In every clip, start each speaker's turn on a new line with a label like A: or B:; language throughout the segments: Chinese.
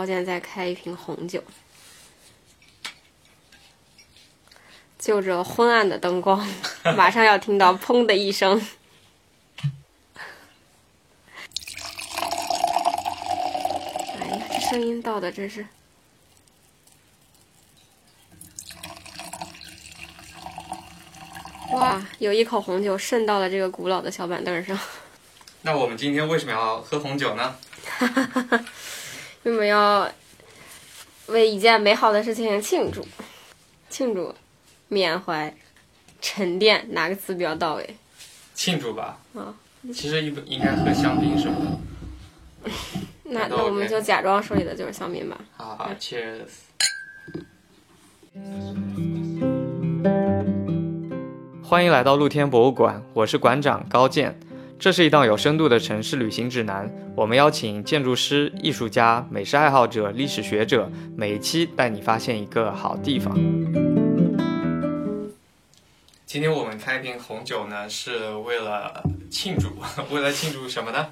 A: 后现在再开一瓶红酒，就着昏暗的灯光， 马上要听到砰的一声。哎呀，这声音到的真是。哇，有一口红酒渗到了这个古老的小板凳上。
B: 那我们今天为什么要喝红酒呢？
A: 为什么要为一件美好的事情庆祝？庆祝、缅怀、沉淀，哪个词比较到位？
B: 庆祝吧。
A: 啊，
B: 其实应应该喝香槟什么的。
A: 那
B: 那
A: 那我们
B: OK
A: 就假装手里的就是香槟吧。
B: 好好好，Cheers。欢迎来到露天博物馆，我是馆长高健。这是一档有深度的城市旅行指南，我们邀请建筑师、艺术家、美食爱好者、历史学者，每一期带你发现一个好地方。今天我们开瓶红酒呢，是为了庆祝， 为了庆祝什么呢？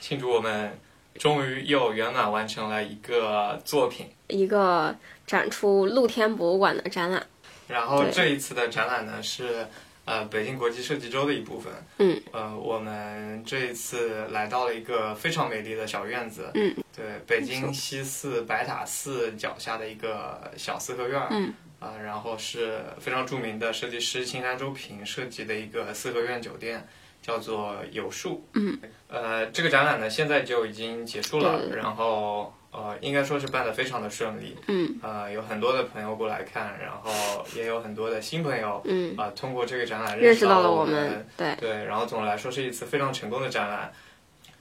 B: 庆祝我们终于又圆满完成了一个作品。
A: 一个展出露天博物馆的展览，
B: 然后
A: 对
B: 这一次的展览呢是呃北京国际设计周的一部分。
A: 嗯，
B: 呃，我们这一次来到了一个非常美丽的小院子。
A: 嗯，
B: 对，北京西四白塔寺脚下的一个小四合院儿。
A: 嗯，
B: 啊、然后是非常著名的设计师青山周平设计的一个四合院酒店。叫做有树，
A: 嗯，
B: 呃，这个展览呢，现在就已经结束了
A: 对，
B: 然后呃，应该说是办得非常的顺利，
A: 嗯
B: 呃，有很多的朋友过来看，然后也有很多的新朋友，
A: 嗯，
B: 啊、通过这个展览
A: 认
B: 识
A: 识到了
B: 我
A: 我们，对，
B: 对，然后总的来说是一次非常成功的展览。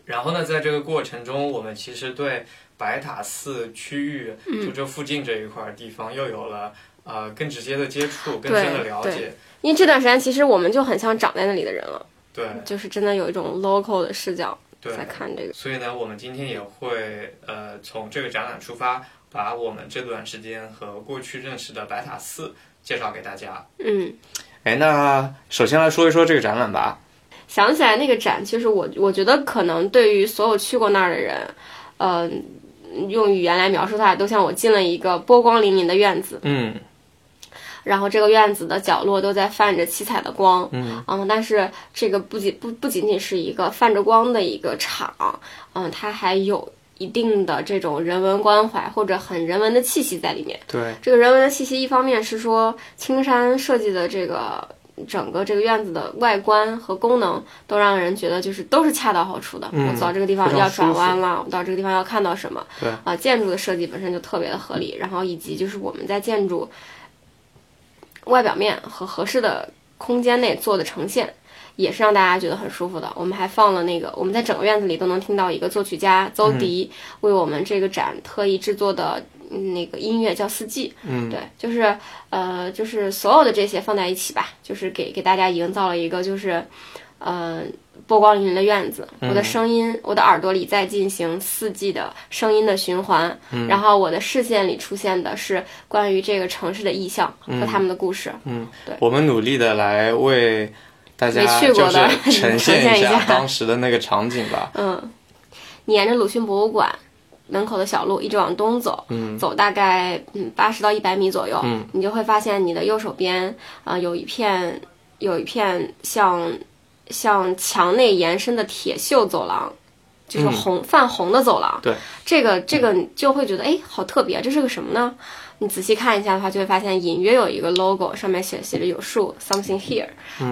B: 然后呢，在这个过程中，我们其实对白塔寺区域，就这附近这一块地方，又有了呃更直接的接触，更深的了解。
A: 因为这段时间其实我们就很像长在那里的人了，
B: 对
A: 就是真的有一种 local 的视角
B: 对
A: 在看这个，
B: 所以呢，我们今天也会呃从这个展览出发，把我们这段时间和过去认识的白塔寺介绍给大家。
A: 嗯，
B: 哎，那首先来说一说这个展览吧。
A: 想起来那个展，其实我我觉得可能对于所有去过那儿的人，呃，用语言来描述它，都像我进了一个波光粼粼的院子，
B: 嗯
A: 然后这个院子的角落都在泛着七彩的光。
B: 嗯
A: 嗯，但是这个不仅不不仅仅是一个泛着光的一个场，嗯，它还有一定的这种人文关怀或者很人文的气息在里面。
B: 对，
A: 这个人文的气息，一方面是说青山设计的这个整个这个院子的外观和功能，都让人觉得就是都是恰到好处的。
B: 嗯
A: 我走到这个地
B: 非
A: 方
B: 常
A: 要
B: 舒
A: 转
B: 服
A: 弯了，我到这个地方要看到什么。
B: 对
A: 啊、建筑的设计本身就特别的合理，然后以及就是我们在建筑外表面和合适的空间内做的呈现。也是让大家觉得很舒服的。我们还放了那个，我们在整个院子里都能听到一个作曲家邹迪为我们这个展特意制作的嗯那个音乐，叫《四季》。
B: 嗯
A: 对，就是呃，就是所有的这些放在一起吧，就是给给大家营造了一个就是呃波光粼粼的院子。
B: 嗯
A: 我的声音，我的耳朵里在进行四季的声音的循环，
B: 嗯
A: 然后我的视线里出现的是关于这个城市的意象和他们的故事。
B: 嗯
A: 对，
B: 我们努力的来为大家
A: 没去
B: 就
A: 过的
B: 是 呈
A: 呈
B: 现
A: 现
B: 一
A: 一
B: 下
A: 下
B: 当时的那个场景吧。
A: 嗯，你沿着鲁迅博物馆门口的小路一直往东走，
B: 嗯
A: 走大概嗯八十到一百米左右，
B: 嗯
A: 你就会发现你的右手边啊、呃有一片有一片像像墙内延伸的铁锈走廊。就是
B: 嗯
A: 红、泛红的走廊，
B: 对
A: 这个这个你就会觉得哎，好特别，这是个什么呢？你仔细看一下的话，就会发现隐约有一个 logo，上面写写着有树 something here，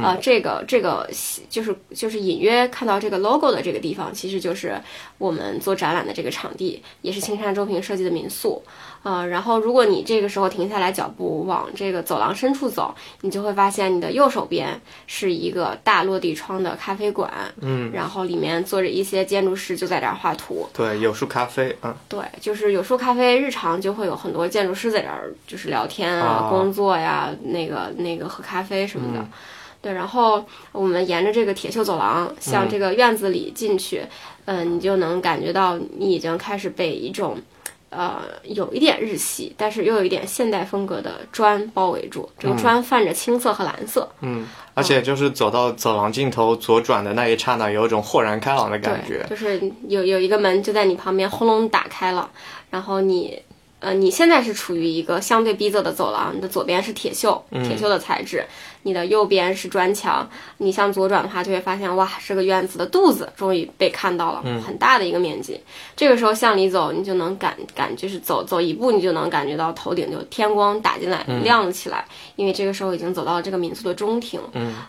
A: 啊、
B: 嗯
A: 这个这个就是就是隐约看到这个 logo 的这个地方，其实就是我们做展览的这个场地，也是青山周平设计的民宿。啊、然后如果你这个时候停下来脚步往这个走廊深处走，你就会发现你的右手边是一个大落地窗的咖啡馆，
B: 嗯，
A: 然后里面坐着一些建筑师就在这儿画图，
B: 对，有树咖啡，嗯
A: 对，就是有树咖啡，日常就会有很多建筑师在这儿，就是聊天啊、
B: 啊
A: 工作呀、那个那个喝咖啡什么的。对，然后我们沿着这个铁锈走廊向这个院子里进去，嗯、你就能感觉到你已经开始被一种呃有一点日系，但是又有一点现代风格的砖包围住，这个砖泛着青色和蓝色。
B: 嗯，而且就是走到走廊尽头左转的那一刹那，有一种豁然开朗的感觉
A: 对，。就是有有一个门就在你旁边轰隆打开了，然后你呃你现在是处于一个相对逼仄的走廊，你的左边是铁锈，
B: 嗯
A: 铁锈的材质，你的右边是砖墙，你向左转的话就会发现哇，这个院子的肚子终于被看到了，
B: 嗯
A: 很大的一个面积。这个时候向里走，你就能感感就是走走一步，你就能感觉到头顶就天光打进来，亮了起来，因为这个时候已经走到了这个民宿的中庭。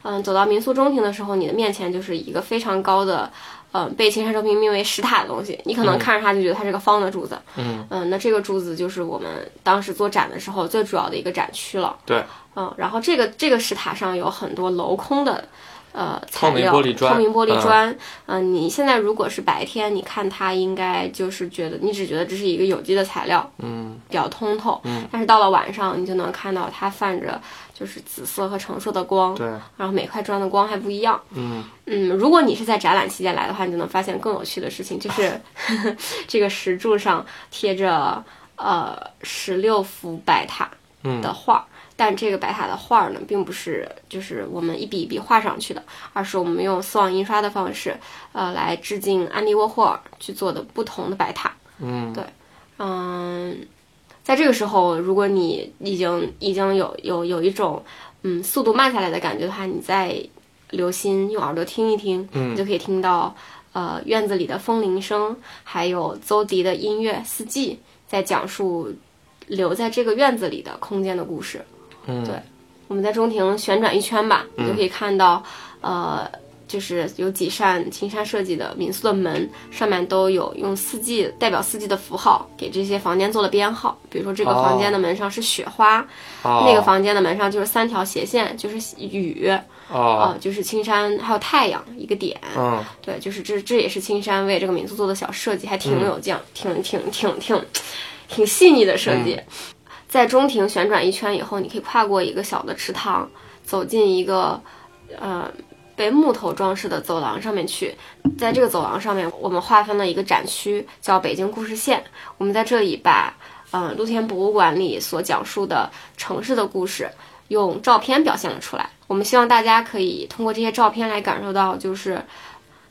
A: 嗯走到民宿中庭的时候，你的面前就是一个非常高的。嗯、被秦山周平命为石塔的东西，你可能看着它就觉得它是个方的柱子。嗯那这个柱子就是我们当时做展的时候最主要的一个展区了。
B: 对，
A: 嗯，然后这个这个石塔上有很多镂空的。呃，材
B: 透明
A: 料
B: 玻璃砖
A: 透明玻璃
B: 嗯
A: 砖，嗯、你现在如果是白天，你看它应该就是觉得你只觉得这是一个有机的材料，嗯，比较通透，嗯，但是到了晚上，你就能看到它泛着就是紫色和橙色的光，
B: 对，
A: 然后每块砖的光还不一样，嗯如果你是在展览期间来的话，你就能发现更有趣的事情，就是 这个石柱上贴着呃十六幅白塔，
B: 嗯
A: 的画儿，但这个白塔的画儿呢，并不是就是我们一笔一笔画上去的，而是我们用丝网印刷的方式，呃，来致敬安迪沃霍尔去做的不同的白塔。嗯，对，嗯，在这个时候，如果你已经已经有有有一种嗯速度慢下来的感觉的话，你再留心用耳朵听一听，你就可以听到。呃，院子里的风铃声，还有邹迪的音乐《四季》在讲述留在这个院子里的空间的故事。
B: 嗯
A: 对，我们在中庭旋转一圈吧，你就可以看到，呃，就是有几扇青山设计的民宿的门，上面都有用四季代表四季的符号给这些房间做了编号，比如说这个
B: 哦
A: 房间的门上是雪花，
B: 哦，
A: 那个房间的门上就是三条斜线，就是雨，
B: 哦，
A: 呃，就是青山，还有太阳一个点。
B: 嗯，
A: 对，就是这这也是青山为这个民宿做的小设计，还挺有这样，挺挺挺挺挺细腻的设计。在中庭旋转一圈以后，你可以跨过一个小的池塘，走进一个呃被木头装饰的走廊上面去。在这个走廊上面，我们划分了一个展区，叫北京故事线。我们在这里把呃露天博物馆里所讲述的城市的故事，用照片表现了出来。我们希望大家可以通过这些照片来感受到，就是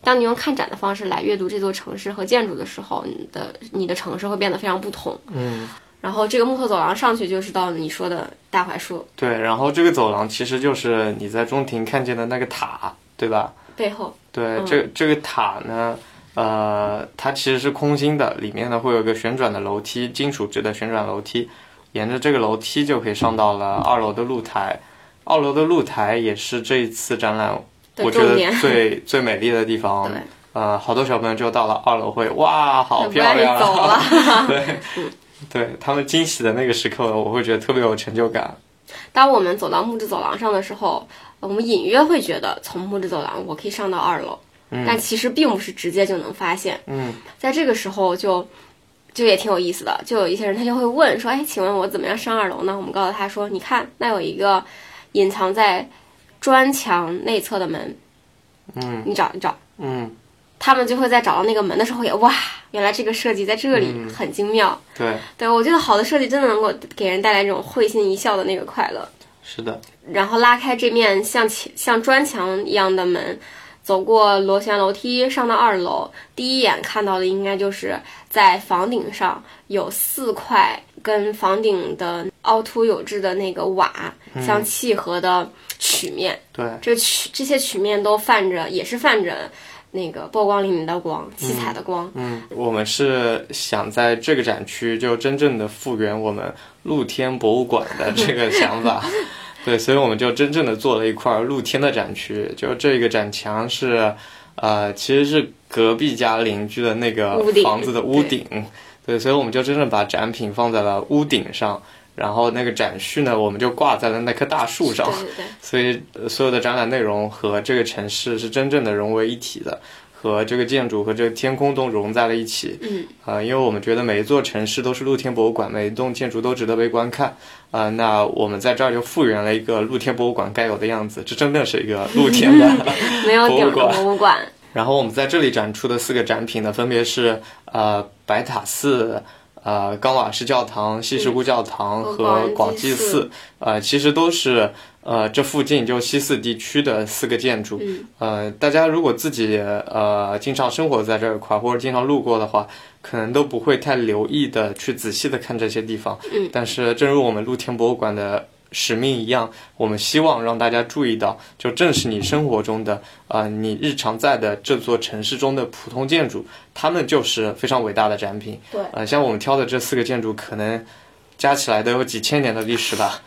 A: 当你用看展的方式来阅读这座城市和建筑的时候，你的你的城市会变得非常不同。嗯，然后这个木头走廊上去就是到你说的大槐树
B: 对。然后这个走廊其实就是你在中庭看见的那个塔，对吧？
A: 背后，
B: 对，这这个塔呢，呃，它其实是空心的，里面呢会有一个旋转的楼梯，金属制的旋转楼梯，沿着这个楼梯就可以上到了二楼的露台。二楼的露台也是这一次展览，
A: 对
B: 我觉
A: 重
B: 得
A: 点
B: 最最美丽的地方
A: 对。
B: 呃，好多小朋友就到了二楼会，哇，好
A: 不
B: 漂
A: 让你
B: 亮！啊
A: 走了。
B: 对他们惊喜的那个时刻，我会觉得特别有成就感。
A: 当我们走到木质走廊上的时候，我们隐约会觉得从木质走廊我可以上到二楼，但其实并不是直接就能发现。
B: 嗯，
A: 在这个时候就就也挺有意思的，就有一些人他就会问说：“哎，请问我怎么样上二楼呢？”我们告诉他说：“你看，那有一个隐藏在砖墙内侧的门，
B: 嗯
A: 你找一找。”
B: 嗯，
A: 他们就会在找到那个门的时候也哇，原来这个设计在这里、很精妙。
B: 对，
A: 对我觉得好的设计真的能够给人带来这种会心一笑的那个快乐。
B: 是的，
A: 然后拉开这面像墙像砖墙一样的门，走过螺旋楼梯上到二楼，第一眼看到的应该就是在房顶上有四块跟房顶的凹凸有致的那个瓦
B: 嗯
A: 相契合的曲面。
B: 对，
A: 这曲这些曲面都泛着，也是泛着那个波光粼粼的光，七彩的光。
B: 嗯，我们是想在这个展区就真正的复原我们露天博物馆的这个想 法，对，所以我们就真正的做了一块露天的展区，就这个展墙是，呃，其实是隔壁家邻居的那个
A: 屋顶
B: 房子的屋顶，对，所以我们就真正把展品放在了屋顶上，然后那个展序呢，我们就挂在了那棵大树上
A: 对，对对。
B: 所以呃所有的展览内容和这个城市是真正的融为一体的，和这个建筑和这个天空都融在了一起。
A: 嗯，
B: 呃，因为我们觉得每一座城市都是露天博物馆，每一栋建筑都值得被观看。呃，那我们在这儿就复原了一个露天博物馆该有的样子，这真的是一个露天的。
A: 没有
B: 博物
A: 顶的
B: 馆
A: 博物馆，
B: 然后我们在这里展出的四个展品呢，分别是呃白塔寺、呃冈瓦市教堂、西什库教堂嗯和广济寺，呃，其实都是呃这附近就西四地区的四个建筑。
A: 嗯
B: 呃，大家如果自己呃经常生活在这块儿或者经常路过的话，可能都不会太留意的去仔细的看这些地方。
A: 嗯
B: 但是正如我们露天博物馆的使命一样，我们希望让大家注意到，就正是你生活中的啊、呃你日常在的这座城市中的普通建筑，它们就是非常伟大的展品。
A: 对
B: 呃，像我们挑的这四个建筑，可能加起来都有几千年的历史吧，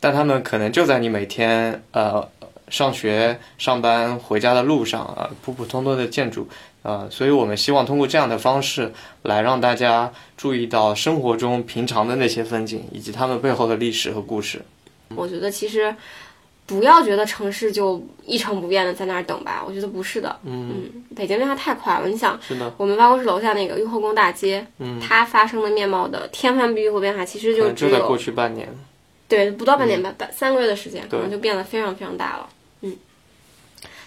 B: 但它们可能就在你每天呃上学、上班、回家的路上啊、普普通通的建筑。呃，所以我们希望通过这样的方式来让大家注意到生活中平常的那些风景，以及他们背后的历史和故事。
A: 我觉得其实不要觉得城市就一成不变的在那儿等吧，我觉得不是的。
B: 嗯
A: 嗯，北京变化太快了，你想。
B: 是的，
A: 我们办公室楼下那个雍和宫大街，
B: 嗯
A: 它发生的面貌的天翻地覆变化，其实
B: 可
A: 就
B: 能
A: 只
B: 就在
A: 有
B: 过去半年。
A: 对不到半年吧，半、三个月的时间，可
B: 对
A: 能就变得非常非常大了。嗯，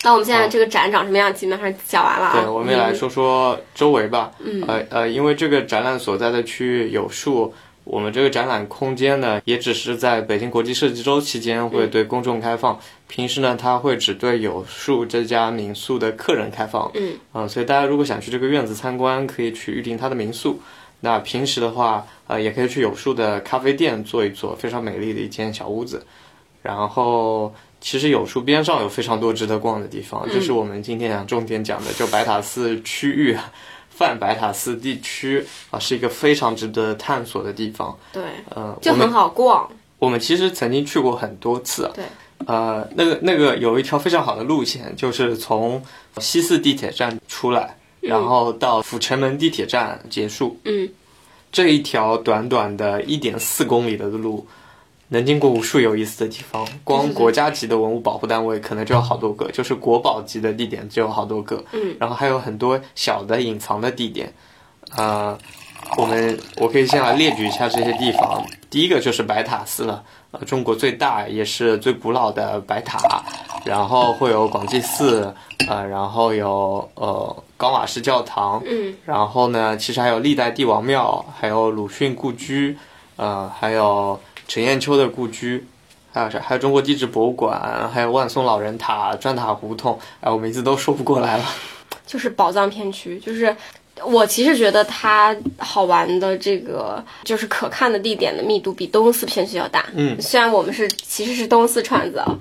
A: 那我们现在这个展长什么样，基本上讲完了啊。
B: 对，我们也来说说周围吧。
A: 嗯，嗯
B: 呃呃，因为这个展览所在的区域有树，我们这个展览空间呢，也只是在北京国际设计周期间
A: 嗯
B: 会对公众开放，平时呢，它会只对有树这家民宿的客人开放。
A: 嗯
B: 啊、所以大家如果想去这个院子参观，可以去预定它的民宿。那平时的话，呃，也可以去有树的咖啡店坐一坐，非常美丽的一间小屋子。然后，其实有树边上有非常多值得逛的地方，这是我们今天想重点讲的，就白塔寺区域，泛白塔寺地区啊、是一个非常值得探索的地方。
A: 对，
B: 呃，
A: 就
B: 我们
A: 很好逛。
B: 我们其实曾经去过很多次啊。
A: 对。
B: 呃，那个那个有一条非常好的路线，就是从西四地铁站出来，然后到阜成门地铁站结束。
A: 嗯，
B: 这一条短短的1.4公里的路，能经过无数有意思的地方。光国家级的文物保护单位可能就有好多个，就是国宝级的地点就有好多个。
A: 嗯，
B: 然后还有很多小的隐藏的地点。啊、我们我可以先来列举一下这些地方。第一个就是白塔寺了，呃，中国最大也是最古老的白塔，然后会有广济寺，呃，然后有呃冈瓦市教堂，
A: 嗯，
B: 然后呢，其实还有历代帝王庙，还有鲁迅故居，呃，还有陈彦秋的故居，还有啥？还有中国地质博物馆，还有万松老人塔、砖塔胡同，哎，我名字都说不过来了。
A: 就是宝藏片区，就是。我其实觉得它好玩的这个就是可看的地点的密度比东四片区要大。
B: 嗯
A: 虽然我们是其实是东四串子啊，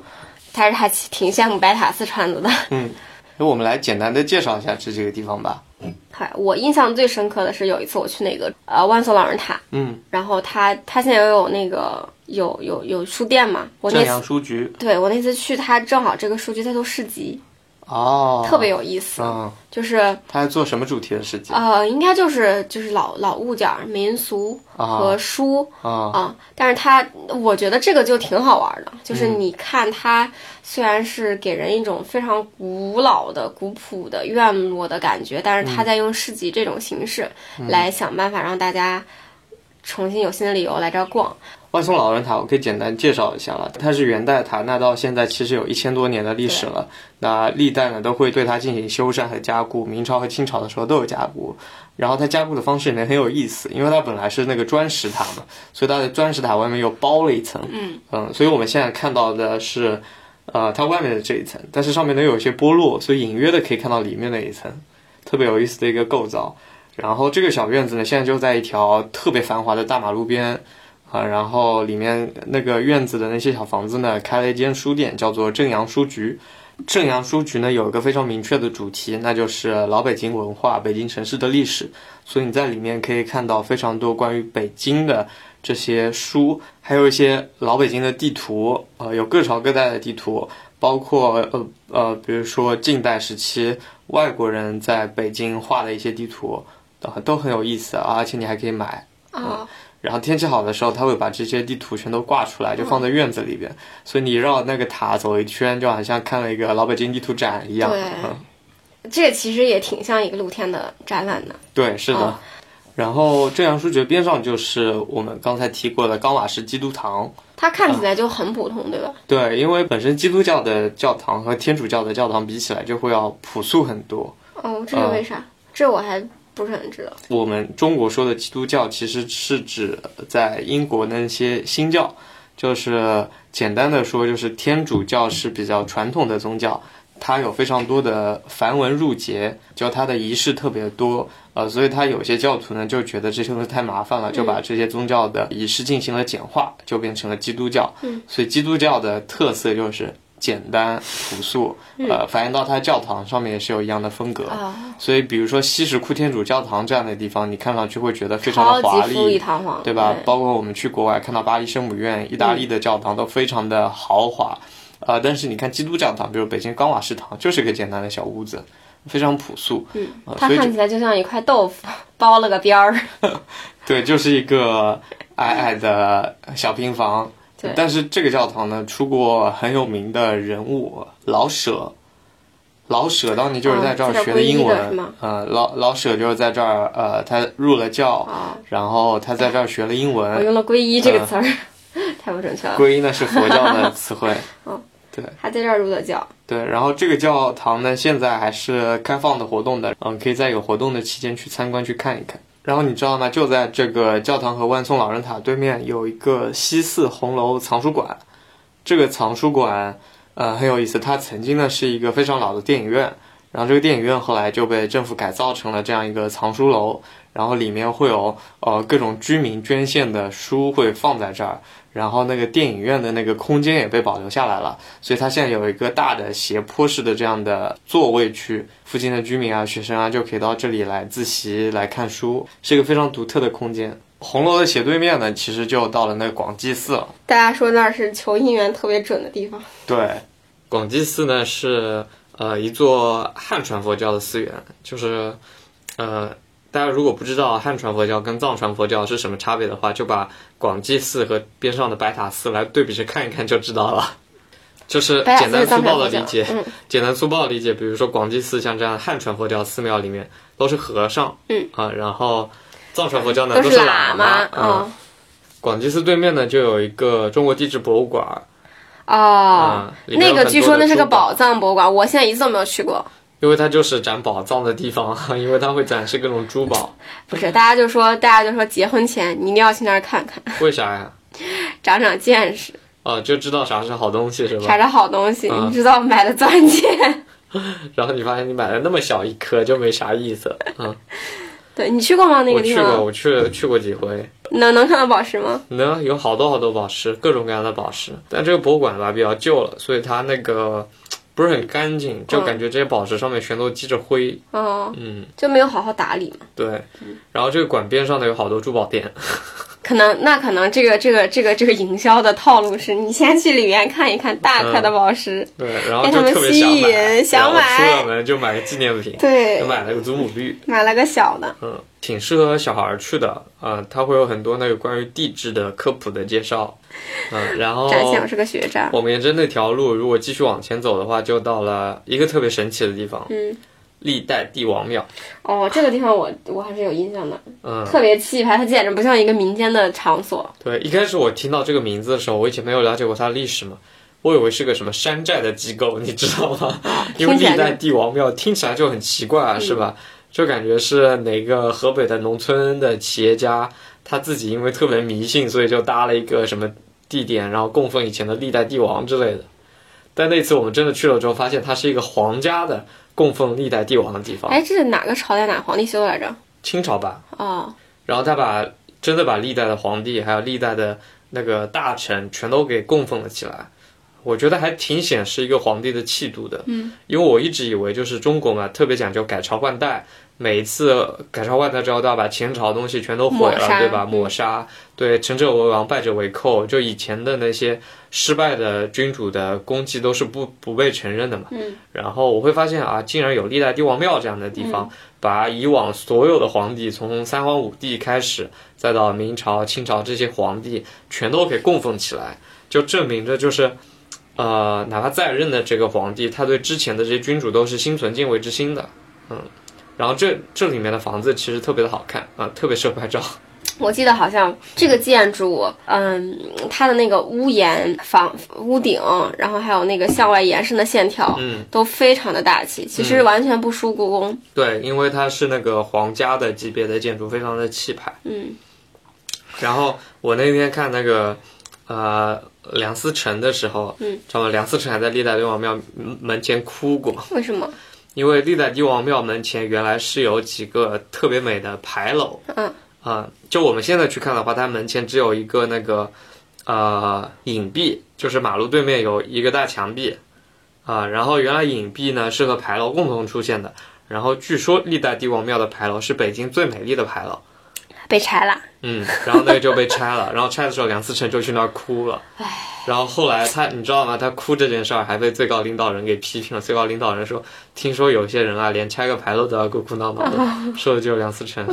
A: 但是还挺羡慕白塔寺串子的。
B: 嗯，那我们来简单的介绍一下这几个地方吧。
A: 嗨，我印象最深刻的是有一次我去那个呃万寿老人塔，
B: 嗯，
A: 然后它它现在也有那个有有有书店嘛，我
B: 正
A: 那
B: 阳
A: 次
B: 书局
A: 对我那次去它正好这个书局它做市集，
B: 哦，
A: 特别有意思，
B: 嗯，
A: 就是
B: 他在做什么主题的事情
A: 呃应该就是就是老老物件儿、民俗和
B: 啊
A: 书，
B: 啊？
A: 啊、但是它，我觉得这个就挺好玩的，就是你看它，虽然是给人一种非常古老的、古朴的、院落的感觉，但是
B: 嗯
A: 它在用市集这种形式来想办法让大家重新有新的理由来这儿逛。
B: 万松老人塔，我可以简单介绍一下了。它是元代塔，那到现在其实有一千多年的历史了。那历代呢都会对它进行修缮和加固，明朝和清朝的时候都有加固。然后它加固的方式也很有意思，因为它本来是那个砖石塔嘛，所以它的砖石塔外面又包了一层。
A: 嗯
B: 所以我们现在看到的是，呃，它外面的这一层，但是上面呢又有一些剥落，所以隐约的可以看到里面那一层，特别有意思的一个构造。然后这个小院子呢，现在就在一条特别繁华的大马路边，啊，然后里面那个院子的那些小房子呢，开了一间书店，叫做正阳书局。正阳书局呢有一个非常明确的主题，那就是老北京文化、北京城市的历史。所以你在里面可以看到非常多关于北京的这些书，还有一些老北京的地图，呃，有各朝各代的地图，包括呃呃，比如说近代时期外国人在北京画的一些地图，啊、都很有意思啊，而且你还可以买。
A: 啊，
B: 然后天气好的时候，他会把这些地图全都挂出来，就放在院子里边。所以你绕那个塔走一圈，就好像看了一个老北京地图展一样。
A: 对
B: 嗯，
A: 这其实也挺像一个露天的展览的。
B: 对，是的。
A: 啊
B: 然后正阳书局边上就是我们刚才提过的冈瓦什基督堂。
A: 它看起来就很普通，对吧？
B: 对，因为本身基督教的教堂和天主教的教堂比起来，就会要朴素很多。
A: 哦，这是为啥？这我还不是很知道。
B: 我们中国说的基督教其实是指在英国的那些新教，就是简单的说，就是天主教是比较传统的宗教，它有非常多的繁文缛节，就它的仪式特别多，呃，所以它有些教徒呢就觉得这些东西太麻烦了，就
A: 嗯
B: 把这些宗教的仪式进行了简化，就变成了基督教。
A: 嗯，
B: 所以基督教的特色就是简单朴素，呃，反映到它教堂上面也是有一样的风格。
A: 嗯啊，
B: 所以，比如说西什库天主教堂这样的地方，你看上去会觉得非常
A: 超
B: 的华
A: 级富丽
B: 丽，
A: 堂皇，
B: 对吧？包括我们去国外看到巴黎圣母
A: 嗯
B: 院、意大利的教堂都非常的豪华，呃，但是你看基督教堂，比如北京高瓦士堂，就是一个简单的小屋子，非常朴素，
A: 嗯
B: 呃、
A: 它
B: 所以
A: 看起来就像一块豆腐包了个边儿，
B: 对，就是一个矮矮的小平房。
A: 对
B: 但是这个教堂呢，出过很有名的人物老舍。老舍当年就是在这儿
A: 哦在这儿
B: 学的英
A: 皈依的是
B: 文
A: 吗，
B: 呃，老老舍就是在这儿，呃，他入了教，
A: 啊，
B: 然后他在这儿学了英
A: 我
B: 文，
A: 用了“皈依”这
B: 哎
A: 个词儿，太不准确了。
B: 皈依呢是佛教的词汇。
A: 嗯，
B: 对
A: 还在这儿入的教，
B: 对，然后这个教堂呢现在还是开放的活动的，嗯，可以在有活动的期间去参观去看一看。然后你知道吗？就在这个教堂和万松老人塔对面有一个西四红楼藏书馆，这个藏书馆呃很有意思，它曾经呢是一个非常老的电影院，然后这个电影院后来就被政府改造成了这样一个藏书楼，然后里面会有呃各种居民捐献的书会放在这儿，然后那个电影院的那个空间也被保留下来了，所以它现在有一个大的斜坡式的这样的座位区，附近的居民啊、学生啊就可以到这里来自习、来看书，是一个非常独特的空间。红楼的斜对面呢，其实就到了那个广济寺了。
A: 大家说那儿是求姻缘特别准的地方。
B: 对，广济寺呢是呃一座汉传佛教的寺院，就是呃大家如果不知道汉传佛教跟藏传佛教是什么差别的话，就把广济寺和边上的白塔寺来对比着看一看就知道了。就是
A: 白塔
B: 简
A: 寺
B: 单
A: 是
B: 粗
A: 藏传
B: 暴的
A: 佛教
B: 理解，
A: 嗯
B: 简单粗暴的理解，比如说广济寺像这样汉传佛教寺庙里面都是和尚，
A: 嗯
B: 啊，然后藏传佛教呢
A: 都
B: 都
A: 是
B: 喇
A: 喇嘛，
B: 嗯，
A: 嗯
B: 广济寺对面呢就有一个中国地质博物馆，
A: 哦
B: 嗯，里面
A: 那
B: 有
A: 个
B: 很
A: 据
B: 多
A: 说
B: 的
A: 那是
B: 珠
A: 个
B: 宝
A: 宝藏博物馆，我现在一次都没有去过。
B: 因为它就是展宝藏的地方， 因为它会展示各种珠宝。
A: 不是，大家就说，大家就说，结婚前你一定要去那儿看看，
B: 为啥呀？
A: 长长见识，
B: 哦，就知道啥是好东西是吧
A: 查？查好东西，
B: 嗯
A: 你知道买的钻戒。
B: 然后你发现你买了那么小一颗就没啥意思。嗯，
A: 对你去过吗？那
B: 我
A: 个地
B: 去过，
A: 方
B: 我去去过几回，
A: 能能看到宝石吗？
B: 能有好多好多宝石，各种各样的宝石。但这个博物馆吧比较旧了，所以它那个不是很干净，就感觉这些宝石上面全都积着灰。
A: 哦，
B: 嗯，
A: 就没有好好打理嘛。
B: 对。然后这个馆边上呢有好多珠宝店，
A: 可能那可能这个这个这个这个营销的套路是你先去里面看一看大颗的宝石，
B: 对，然后
A: 被
B: 就
A: 哎他们
B: 特别想
A: 吸引
B: 买，
A: 想
B: 然后出
A: 买
B: 了门就买个纪念品，
A: 对
B: 就，买了个祖母绿。
A: 买了个小的。
B: 嗯，挺适合小孩儿去的啊、它会有很多那个关于地质的科普的介绍，嗯、然后
A: 展现我是个学渣。
B: 我们沿着那条路如果继续往前走的话，就到了一个特别神奇的地方
A: 嗯，
B: ——历代帝王庙。
A: 哦，这个地方我我还是有印象的，
B: 嗯，
A: 特别气派，它简直不像一个民间的场所。
B: 对，一开始我听到这个名字的时候，我以前没有了解过它的历史嘛，我以为是个什么山寨的机构，你知道吗？ 因为
A: 听起
B: 历
A: 来就嗯
B: 代帝王庙听起来就很奇怪啊，是吧？就感觉是哪个河北的农村的企业家，他自己因为特别迷信，所以就搭了一个什么地点，然后供奉以前的历代帝王之类的。但那次我们真的去了之后，发现它是一个皇家的供奉历代帝王的地方，
A: 哎，这是哪个朝代哪个皇帝修的来着？
B: 清朝吧。
A: 哦，
B: 然后他把真的把历代的皇帝还有历代的那个大臣全都给供奉了起来，我觉得还挺显示一个皇帝的气度的。嗯，因为我一直以为就是中国嘛，特别讲究改朝换代，每一次改朝换代之后都要把前朝的东西全都毁
A: 抹
B: 了，
A: 杀
B: 对吧？
A: 嗯
B: 抹杀，对，成者为王，败者为寇，就以前的那些失败的君主的功绩都是不不被承认的嘛。
A: 嗯，
B: 然后我会发现啊，竟然有历代帝王庙这样的地方，
A: 嗯
B: 把以往所有的皇帝，从三皇五帝开始，再到明朝、清朝这些皇帝，全都给供奉起来，就证明着就是，呃，哪怕在任的这个皇帝，他对之前的这些君主都是心存敬畏之呃心的，嗯。然后这这里面的房子其实特别的好看啊、特别适合拍照。
A: 我记得好像这个建筑，嗯，它的那个屋檐、房屋顶，然后还有那个向外延伸的线条，
B: 嗯，
A: 都非常的大气，其实完全不输故宫。
B: 对，因为它是那个皇家的级别的建筑，非常的气派。
A: 嗯
B: 然后我那天看那个呃梁思成的时候，
A: 嗯，
B: 知道吗？梁思成还在历代六王庙门前哭过，
A: 为什么？
B: 因为历代六王庙门前原来是有几个特别美的牌楼，
A: 嗯
B: 啊、就我们现在去看的话，它门前只有一个那个呃影壁，就是马路对面有一个大墙壁，啊、然后原来影壁呢是和牌楼共同出现的。然后据说历代帝王庙的牌楼是北京最美丽的牌楼，
A: 被拆了？
B: 嗯，然后那个就被拆了，然后拆的时候梁思成就去那儿哭了，然后后来他你知道吗？他哭这件事儿还被最高领导人给批评了。最高领导人说，听说有些人啊，连拆个牌楼都要哭哭闹闹的， 说的就是梁思成。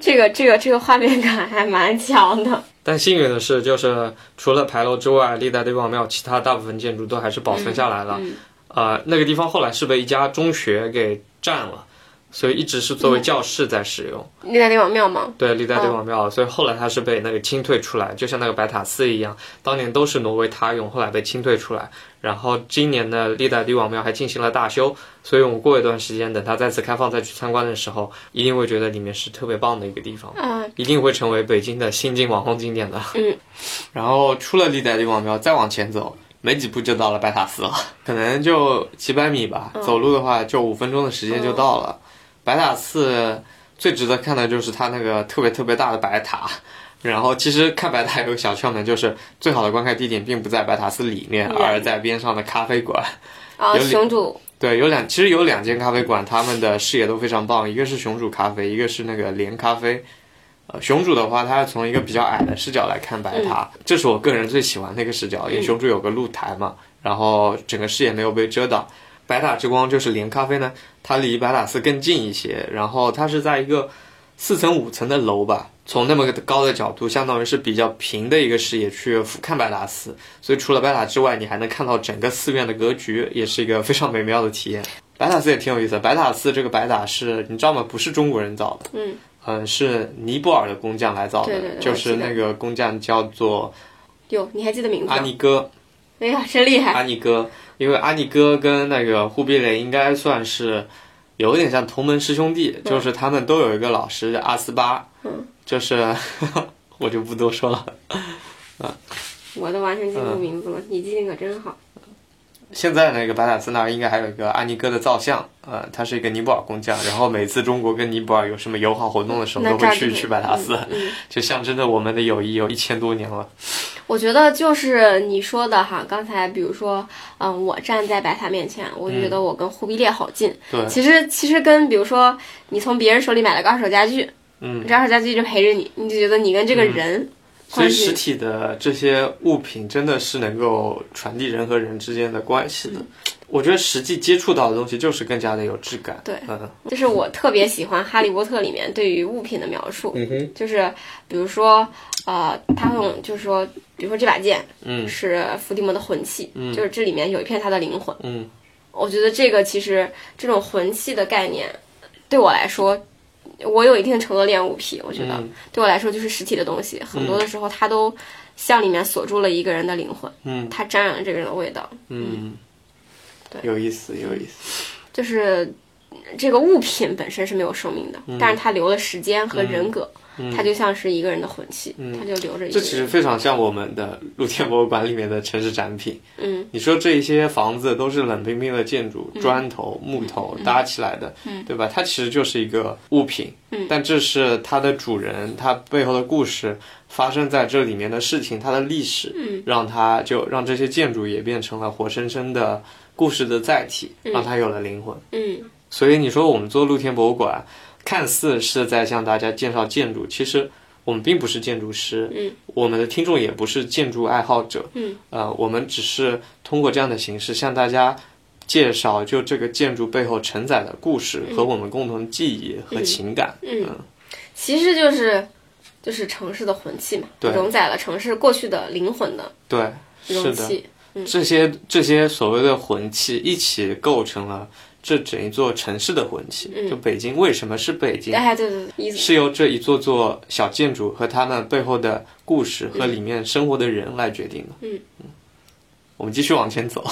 A: 这个这个这个画面感还蛮强的。
B: 但幸运的是，就是除了牌楼之外，历代帝王庙其他大部分建筑都还是保存下来了。
A: 嗯
B: 呃，那个地方后来是被一家中学给占了，所以一直是作为教室在使用。
A: 历代帝王庙吗？
B: 对，历代帝王庙，所以后来它是被那个清退出来，就像那个白塔寺一样，当年都是挪威他用，后来被清退出来。然后今年的历代帝王庙还进行了大修，所以我们过一段时间等它再次开放再去参观的时候，一定会觉得里面是特别棒的一个地方，
A: 嗯，
B: 一定会成为北京的新晋网红景点的。
A: 嗯，
B: 然后出了历代帝王庙，再往前走。没几步就到了白塔寺了，可能就几百米吧，走路的话就五分钟的时间就到了。白塔寺最值得看的就是它那个特别特别大的白塔。然后其实看白塔有个小窍门，就是最好的观看地点并不在白塔寺里面，
A: 嗯
B: 而在边上的咖啡馆。
A: 啊，
B: 有理
A: 雄主
B: 对，有两，其实有两间咖啡馆，他们的视野都非常棒，一个是雄主咖啡，一个是那个莲咖啡。呃，雄主的话，它是从一个比较矮的视角来看白塔，这是我个人最喜欢的一个视角，因为雄主有个露台嘛，然后整个视野没有被遮挡。白塔之光就是莲咖啡呢，它离白塔寺更近一些，然后它是在一个四层五层的楼吧，从那么高的角度，相当于是比较平的一个视野去俯瞰白塔寺，所以除了白塔之外，你还能看到整个寺院的格局，也是一个非常美妙的体验。白塔寺也挺有意思的，白塔寺这个白塔是你知道吗？不是中国人造的，
A: 嗯
B: 嗯，是尼泊尔的工匠来造的，
A: 对对对
B: 就
A: 我
B: 是
A: 记得
B: 那个工匠叫做
A: 哟，你还记得名字
B: 阿
A: 吗？
B: 尼哥，
A: 哎呀，真厉害！
B: 阿尼哥，因为阿尼哥跟那个忽必烈应该算是有点像同门师兄弟，
A: 嗯
B: 就是他们都有一个老师阿斯巴，
A: 嗯
B: 就是 我就不多说了。
A: 我都完全记不
B: 嗯
A: 住名字了，你记性可真好。
B: 现在那个白塔寺那儿应该还有一个阿尼哥的造像，呃，他是一个尼泊尔工匠，然后每次中国跟尼泊尔有什么友好活动的时候，
A: 那
B: 都
A: 这
B: 会
A: 儿
B: 去
A: 就
B: 去白塔寺，
A: 嗯
B: 就象征着我们的友谊有一千多年了。
A: 我觉得就是你说的哈，刚才比如说，嗯，我站在白塔面前，我就觉得我跟忽必烈好近。
B: 嗯对，
A: 其实其实跟比如说你从别人手里买了个二手家具，
B: 嗯，
A: 这二手家具一直陪着你，你就觉得你跟这个人
B: 所以
A: 关
B: 实
A: 系。
B: 体的这些物品真的是能够传递人和人之间的关系的。我觉得实际接触到的东西就是更加的有质感。
A: 对
B: 嗯
A: 就是我特别喜欢《哈利波特》里面对于物品的描述，
B: 嗯哼，
A: 就是比如说，呃，他会用就是说，比如说这把剑
B: 嗯
A: 是伏地魔的魂器，就是这里面有一片他的灵魂。
B: 嗯，
A: 我觉得这个其实这种魂器的概念，对我来说，我有一定程度的恋物癖。我觉得、
B: 嗯
A: 对我来说就是实体的东西，很多的时候它都像里面锁住了一个人的灵魂，
B: 嗯
A: 它沾染了这个人的味道。
B: 嗯，
A: 对
B: 有意思，有意思。
A: 就是这个物品本身是没有生命的，
B: 嗯
A: 但是它留了时间和人格，它就像是一个人的魂器，它就留着一个
B: 嗯这其实
A: 人。
B: 非常像我们的 露天博物馆里面的城市展品。
A: 嗯，
B: 你说这一些房子都是冷冰冰的建筑，砖头、木头
A: 嗯
B: 搭起来的，对吧？它其实就是一个物品，
A: 嗯
B: 但这是它的主人，它背后的故事，发生在这里面的事情，它的历史，
A: 嗯
B: 让它就让这些建筑也变成了活生生的故事的载体，让它有了灵魂。
A: 嗯，
B: 所以你说我们做露天博物馆，看似是在向大家介绍建筑，其实我们并不是建筑师，
A: 嗯，
B: 我们的听众也不是建筑爱好者，
A: 嗯，
B: 呃，我们只是通过这样的形式向大家介绍就这个建筑背后承载的故事和我们共同记忆和情感，
A: 嗯其实就是就是城市的魂器嘛，
B: 对
A: 容载了城市过去的灵魂的
B: 对，
A: 嗯
B: 是
A: 容
B: 的。
A: 器。嗯
B: 这些这些所谓的魂器一起构成了这整一座城市的魂气。
A: 嗯
B: 就北京为什么是北京，
A: 哎，对对对， 一
B: 是由这一座座小建筑和他们背后的故事和里面生活的人来决定的。
A: 嗯
B: 我们继续往前走。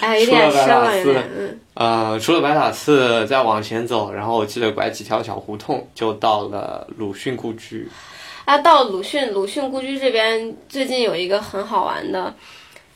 A: 哎，有
B: 说
A: 点
B: 了
A: 深
B: 白马
A: 了，有
B: 寺
A: 点嗯，
B: 呃，除了白塔寺，再往前走，然后我记得拐几条小胡同，就到了鲁迅故居。
A: 啊，到鲁迅鲁迅故居这边，最近有一个很好玩的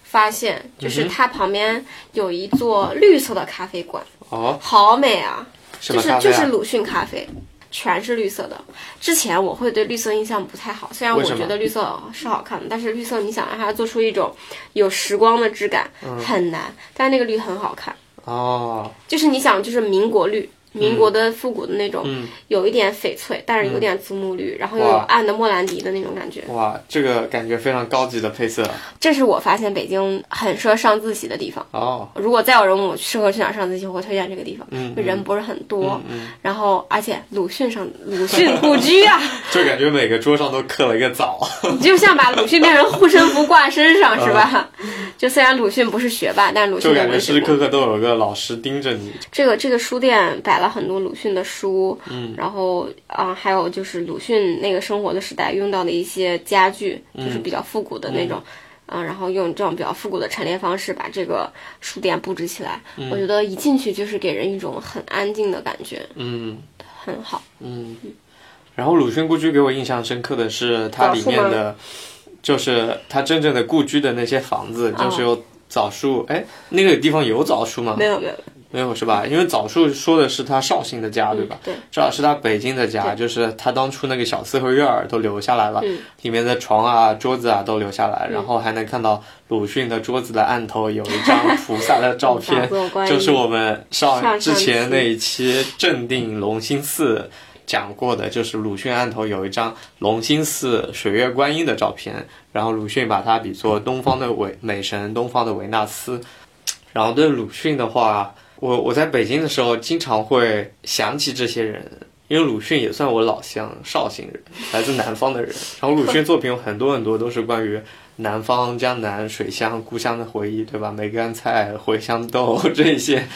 A: 发现，就是
B: 嗯哼
A: 它旁边有一座绿色的咖啡馆，
B: 哦，
A: 好美啊！
B: 什
A: 就
B: 么
A: 是
B: 咖啡
A: 就
B: 啊？
A: 是鲁迅咖啡，全是绿色的。之前我会对绿色印象不太好，虽然我
B: 为什么
A: 觉得绿色是好看的，但是绿色你想让它做出一种有时光的质感、
B: 嗯
A: 很难，但是那个绿很好看，
B: 哦，
A: 就是你想就是民国绿。民国的复古的那种，
B: 嗯
A: 有一点翡翠，但是有点祖母绿，然后又有
B: 哇
A: 暗的莫兰迪的那种感觉。
B: 哇，这个感觉非常高级的配色。
A: 这是我发现北京很适合上自习的地方。
B: 哦，
A: 如果再有人问我适合去哪儿上自习，我会推荐这个地方，
B: 嗯，嗯
A: 人不是很多
B: 嗯，嗯，
A: 然后而且鲁迅上 鲁迅故居啊，
B: 就感觉每个桌上都刻了一个枣。
A: 你就像把鲁迅变成护身符挂身上是吧？就虽然鲁迅不是学霸，但是鲁迅
B: 嗯就
A: 有
B: 感觉
A: 文
B: 时
A: 学
B: 时
A: 梦
B: 刻刻都有个老师盯着你。
A: 这个这个书店摆了很多鲁迅的书，
B: 嗯，
A: 然后啊、还有就是鲁迅那个生活的时代用到的一些家具，
B: 嗯
A: 就是比较复古的那种，嗯、然后用这种比较复古的陈列方式把这个书店布置起来，
B: 嗯
A: 我觉得一进去就是给人一种很安静的感觉，
B: 嗯
A: 很好。
B: 嗯。然后鲁迅故居给我印象深刻的是它里面
A: 枣树
B: 的，就是它真正的故居的那些房子，
A: 哦
B: 就是有枣树。哎，那个地方有枣树吗？
A: 没有没有，
B: 没有是吧？因为枣树说的是他绍兴的家，对吧？
A: 嗯对，
B: 正好是他北京的家，就是他当初那个小四合院儿都留下来了，
A: 嗯
B: 里面的床啊、桌子啊都留下来，然后还能看到鲁迅的桌子的案头有一张菩萨的照
A: 打
B: 片，
A: 坐观
B: 就是我们
A: 上
B: 上
A: 上
B: 之前那一期正定龙兴寺讲过的，就是鲁迅案头有一张龙兴寺水月观音的照片，然后鲁迅把它比作东方的维美神，东方的维纳斯。然后对鲁迅的话，我我在北京的时候经常会想起这些人，因为鲁迅也算我老乡，绍兴人，来自南方的人。然后鲁迅作品有很多很多都是关于南方、江南、水乡、故乡的回忆，对吧？梅干菜、茴香豆 这些，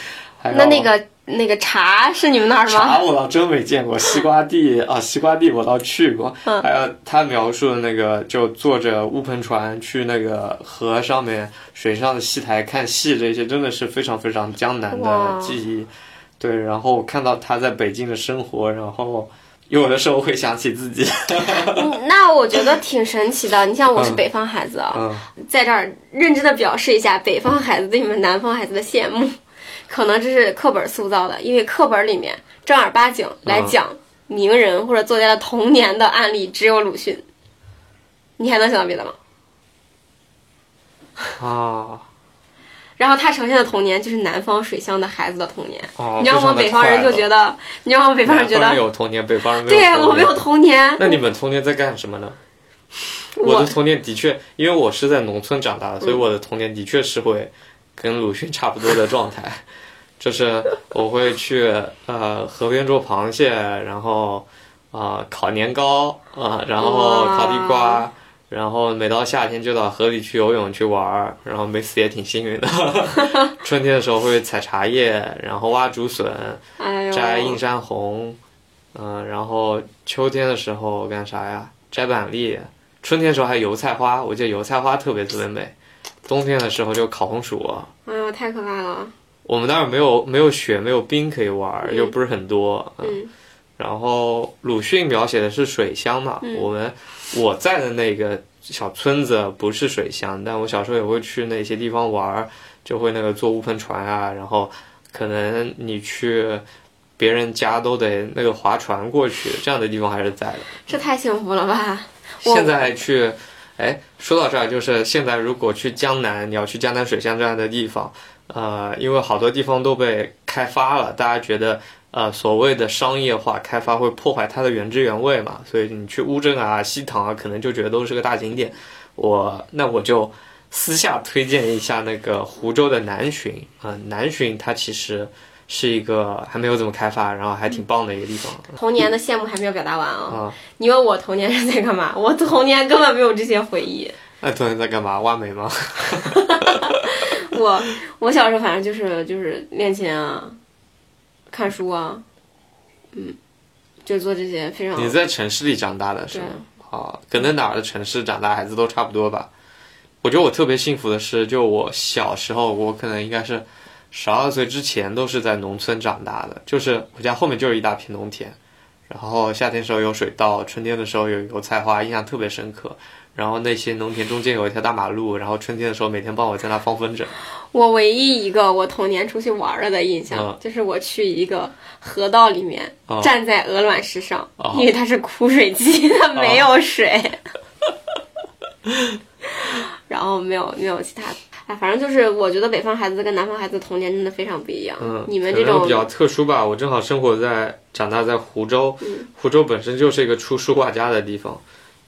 B: 还有
A: 那那个那个茶是你们那儿吗？
B: 茶我倒真没见过，西瓜地啊，西瓜地我倒去过。
A: 嗯
B: 还有他描述的那个，就坐着乌篷船去那个河上面水上的戏台看戏，这些真的是非常非常江南的
A: 哇
B: 记忆。对，然后看到他在北京的生活，然后有的时候会想起 自己，
A: 嗯那我觉得挺神奇的。你像我是北方孩子啊，
B: 嗯，
A: 在这儿认真的表示一下北方孩子对你们南方孩子的羡慕，可能这是课本塑造的，因为课本里面正儿八经来讲名人或者作家的童年的案例只有鲁迅，你还能想到别的吗？哦
B: 啊，
A: 然后他呈现的童年就是南方水乡的孩子的童年，
B: 哦，
A: 你知道我们北方人就觉得，你知道我们北
B: 北
A: 方人觉得，
B: 有童年，北方人没有
A: 对啊
B: 童年
A: 我没有童年，
B: 那你们童年在干什么呢？我的童年的确，因为我是在农村长大的，所以我的童年的确是会跟鲁迅差不多的状态，就是我会去呃河边捉螃蟹，然后啊、烤年糕啊、然后烤地瓜，然后每到夏天就到河里去游泳去玩儿，然后没死也挺幸运的。 春天的时候会采茶叶，然后挖竹笋，
A: 哎呦，
B: 摘映山红，嗯、然后秋天的时候干啥呀？摘板栗。春天的时候还油菜花，我记得油菜花特别特别美。冬天的时候就烤红薯。啊
A: 哎呦，太可怕了，
B: 我们那儿没有没有雪，没有冰可以玩儿，
A: 嗯
B: 又不是很多。嗯
A: 嗯
B: 然后鲁迅描写的是水乡嘛，
A: 嗯
B: 我们我在的那个小村子不是水乡，但我小时候也会去那些地方玩儿，就会那个坐乌篷船啊，然后可能你去别人家都得那个划船过去，这样的地方还是在的。
A: 这太幸福了吧？我
B: 现在去，哎，说到这儿，就是现在如果去江南，你要去江南水乡这样的地方，呃，因为好多地方都被开发了，大家觉得呃所谓的商业化开发会破坏它的原汁原味嘛，所以你去乌镇啊、西塘啊，可能就觉得都是个大景点。我那我就私下推荐一下那个湖州的南浔啊、呃南浔它其实。是一个还没有怎么开发，然后还挺棒的一个地方
A: 童年的羡慕还没有表达完啊、
B: 啊！
A: 你问我童年是在干嘛？我童年根本没有这些回忆，
B: 那昨天在干嘛？挖煤吗？
A: 我我小时候反正就是就是练琴啊，看书啊，嗯，就做这些非常
B: 你在城市里长大的是
A: 对
B: 吗？啊，可能哪儿的城市长大孩子都差不多吧。我觉得我特别幸福的是，就我小时候，我可能应该是十二岁之前都是在农村长大的，就是我家后面就是一大片农田，然后夏天时候有水稻，春天的时候有油菜花，印象特别深刻。然后那些农田中间有一条大马路，然后春天的时候每天帮我在那放风筝。
A: 我唯一一个我童年出去玩儿了的印象，
B: 嗯
A: 就是我去一个河道里面、
B: 哦
A: 站在鹅卵石上，
B: 哦
A: 因为它是枯水期，
B: 啊
A: 它没有水，然后没有没有其他的。哎，反正就是我觉得北方孩子跟南方孩子童年真的非常不一样。
B: 嗯，
A: 你们
B: 可
A: 这
B: 能
A: 种
B: 比较特殊吧。我正好生活在长大在湖州，
A: 嗯
B: 湖州本身就是一个出书画家的地方。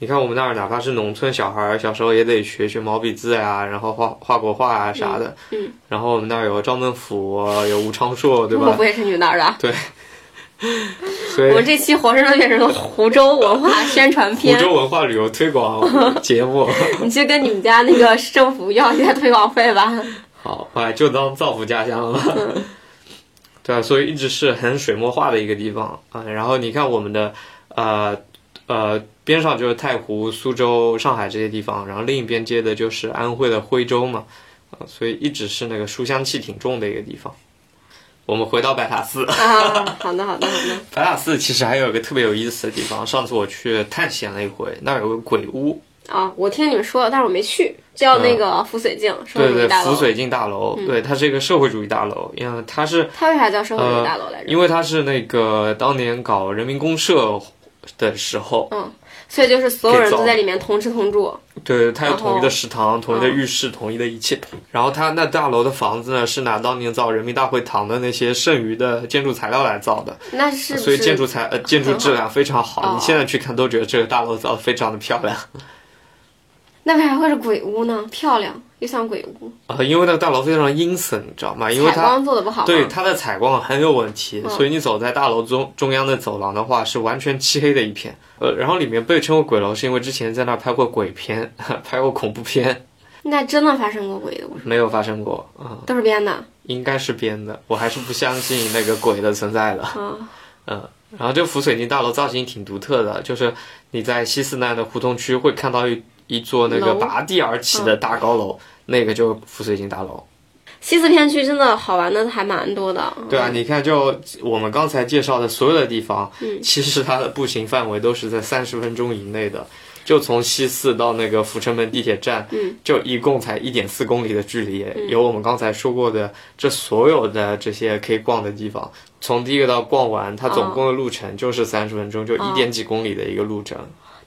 B: 你看我们那儿，哪怕是农村小孩儿，小时候也得学学毛笔字啊，然后画画国画啊啥的。
A: 嗯
B: 然后我们那儿有赵孟頫，有吴昌硕，对
A: 我
B: 吧
A: 不？会是你们那儿的。
B: 所 以
A: 我们这期活生生变成了湖州文化宣传
B: 湖
A: 片，
B: 州文化旅游推广节目，
A: 你去跟你们家那个政府要一下推广费吧。
B: 好，哎，就当造福家乡了吧。 对啊，所以一直是很水墨画的一个地方啊、嗯然后你看我们的呃呃边上就是太湖、苏州、上海这些地方，然后另一边接的就是安徽的徽州嘛，啊、所以一直是那个书香气挺重的一个地方。我们回到白塔寺，
A: 啊，好的好的好的，
B: 白塔寺其实还有一个特别有意思的地方，上次我去探险了一回，那儿有个鬼屋，
A: 啊，我听你们说了，但是我没去，叫那个浮水镜，社会
B: 嗯对
A: 主
B: 对
A: 义，大楼。嗯
B: 浮水镜大楼，对，它是一个社会主义大楼，因为它是
A: 它为啥叫社会主义大楼来着？
B: 呃因为他是那个当年搞人民公社的时候，
A: 所以就是所有人
B: 给造
A: 都在里面同吃同住。
B: 对，他有
A: 然后
B: 统一的食
A: 嗯
B: 堂、统一的浴室、统一的一切。然后他那大楼的房子呢，是拿当年造人民大会堂的那些剩余的建筑材料来造的，
A: 那是不
B: 所以
A: 是
B: 建筑材呃建筑质量非常
A: 很
B: 好。
A: 好哦
B: 你现在去看都觉得这个大楼造的非常的漂亮
A: 那为啥会是鬼屋呢？漂亮又像鬼屋，
B: 啊、因为那个大楼非常阴森，你知道吗？因为
A: 采
B: 它。
A: 光做的不好吗。
B: 对它的采光很有问题，
A: 嗯
B: 所以你走在大楼中中央的走廊的话，是完全漆黑的一片。呃，然后里面被称为鬼楼，是因为之前在那儿拍过鬼片， 拍过恐怖片，
A: 那真的发生过鬼的故事，
B: 没有发生过啊、
A: 都是编的。
B: 应该是编的，我还是不相信那个鬼的存在的。
A: 啊，
B: 嗯，然后这浮水泥大楼造型挺独特的，就是你在西四南的胡同区会看到一一座那个
A: 楼嗯
B: 拔地而起的大高楼，那个就是浮水泥大楼。
A: 西四片区真的好玩的还蛮多的。
B: 对啊，你看，就我们刚才介绍的所有的地方，
A: 嗯
B: 其实它的步行范围都是在三十分钟以内的。就从西四到那个阜成门地铁站，
A: 嗯，
B: 就一共才一点四公里的距离，有我们刚才说过的这所有的这些可以逛的地方，从第一个到逛完，它
A: 哦
B: 总共的路程就是三十分钟，就一点几公里的一个路程。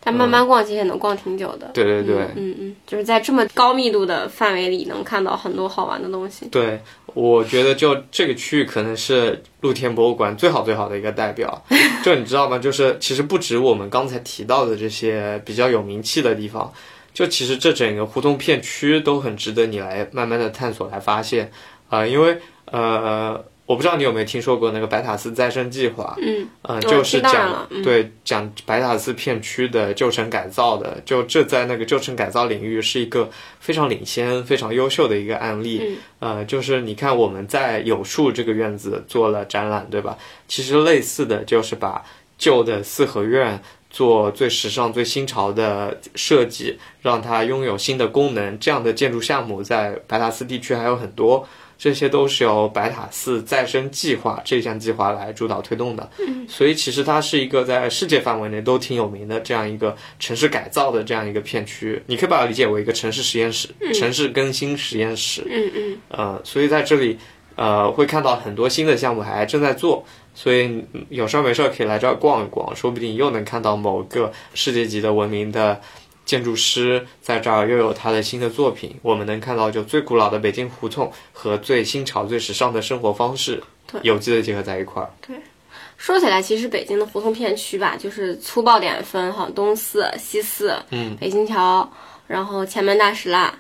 A: 但慢慢逛其实也能逛挺久的。
B: 对对嗯对，
A: 嗯嗯，就是在这么高密度的范围里，能看到很多好玩的东西。
B: 对，我觉得就这个区域可能是露天博物馆最好最好的一个 代表。就你知道吗？就是其实不止我们刚才提到的这些比较有名气的地方，就其实这整个胡同片区都很值得你来慢慢的探索来发现啊、因为呃，我不知道你有没有听说过那个白塔寺再生计划，
A: 嗯，
B: 嗯，
A: 嗯
B: 就是
A: 听到
B: 讲、
A: 了嗯
B: 对讲白塔寺片区的旧城改造的，就这在那个旧城改造领域是一个非常领先、非常优秀的一个案
A: 嗯
B: 例。呃，就是你看我们在有树这个院子做了展览，对吧？其实类似的就是把旧的四合院。做最时尚、最新潮的设计，让它拥有新的功能，这样的建筑项目在白塔寺地区还有很多。这些都是由白塔寺再生计划这项计划来主导推动的，所以其实它是一个在世界范围内都挺有名的这样一个城市改造的这样一个片区，你可以把它理解为一个城市实验室、城市更新实验室。
A: 嗯嗯，
B: 呃，所以在这里，呃，会看到很多新的项目还正在做，所以嗯有事儿没事儿可以来这儿逛一逛，说不定又能看到某个世界级的文明的建筑师在这儿又有他的新的作品。我们能看到就最古老的北京胡同和最新潮、最时尚的生活方式
A: 对
B: 有机的结合在一块儿。
A: 说起来，其实北京的胡同片区吧，就是粗暴点分哈，东四、西四，
B: 嗯，
A: 北新桥，然后前门大石蜡、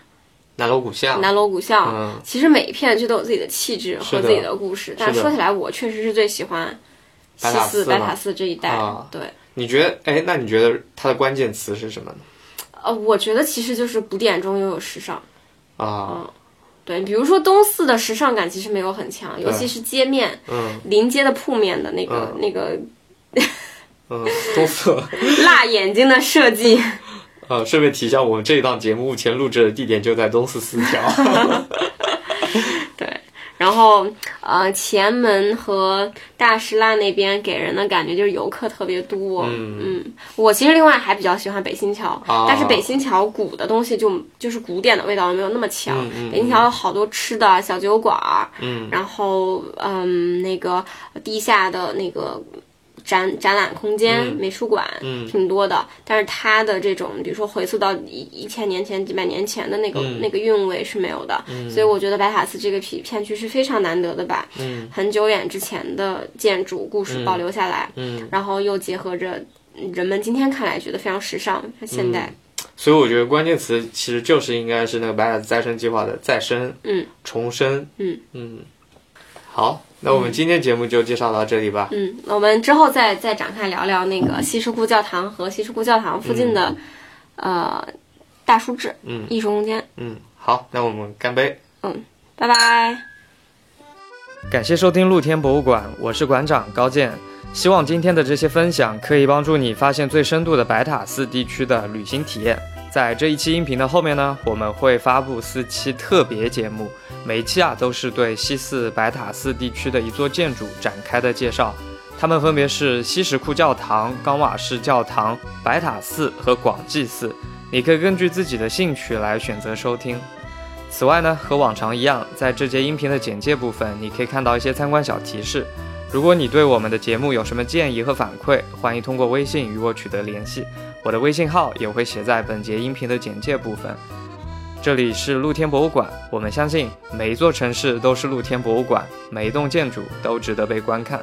B: 南锣鼓巷，
A: 南锣鼓巷。
B: 嗯，
A: 其实每一片区都有自己的气质
B: 是
A: 和
B: 的
A: 自己的故事，但
B: 是的
A: 说起来，我确实是最喜欢西
B: 白塔
A: 四、
B: 寺
A: 白
B: 嘛
A: 塔寺这一带。
B: 啊
A: 对，
B: 你觉得？哎，那你觉得它的关键词是什么呢？
A: 呃，我觉得其实就是古典中又有时尚，
B: 啊，
A: 对，比如说东四的时尚感其实没有很强，尤其是街面
C: 嗯
A: 临街的铺面的那个、那个
C: 嗯，
B: 呃
C: 东 四。
A: 辣眼睛的设计。
C: 呃，顺便提一下，我们这一档节目目前录制的地点就在东四四 条。
A: 然后，呃，前门和大石烂那边给人的感觉就是游客特别多。
C: 嗯
A: 我其实另外还比较喜欢北新桥，
C: 啊
A: 但是北新桥古的东西就就是古典的味道没有那么强。
C: 嗯嗯
A: 北新桥有好多吃的小酒馆儿，
C: 嗯
A: 然后嗯，那个地下的那个展展览空间、
C: 嗯
A: 美术馆，
C: 嗯
A: 挺多的。但是它的这种，比如说回溯到一一千年前、几百年前的那个、
C: 嗯
A: 那个韵味是没有的。所以我觉得白塔寺这个片片区是非常难得的，把
C: 嗯
A: 很久远之前的建筑故事保留下来，
C: 嗯，
A: 然后又结合着人们今天看来觉得非常时尚、
C: 嗯
A: 现代。
C: 所以我觉得关键词其实就是应该是那个白塔再生计划的再生、
A: 嗯
C: 重生、
A: 嗯
C: 嗯。好，那我们今天节目就介绍到这里吧。
A: 嗯，我们之后再再展开聊聊那个西什库教堂和西什库教堂附近的、呃大书志、
C: 嗯
A: 艺术空间。
C: 嗯，好，那我们干杯。
A: 拜拜。
B: 感谢收听露天博物馆，我是馆长高健。希望今天的这些分享可以帮助你发现最深度的白塔寺地区的旅行体验。在这一期音频的后面呢，我们会发布四期特别节目，每一期啊都是对西四白塔寺地区的一座建筑展开的介绍，它们分别是西什库教堂、冈瓦市教堂、白塔寺和广济寺。你可以根据自己的兴趣来选择收听。此外呢，和往常一样，在这节音频的简介部分，你可以看到一些参观小提示。如果你对我们的节目有什么建议和反馈，欢迎通过微信与我取得联系。我的微信号也会写在本节音频的简介部分。这里是露天博物馆，我们相信每一座城市都是露天博物馆，每一栋建筑都值得被观看。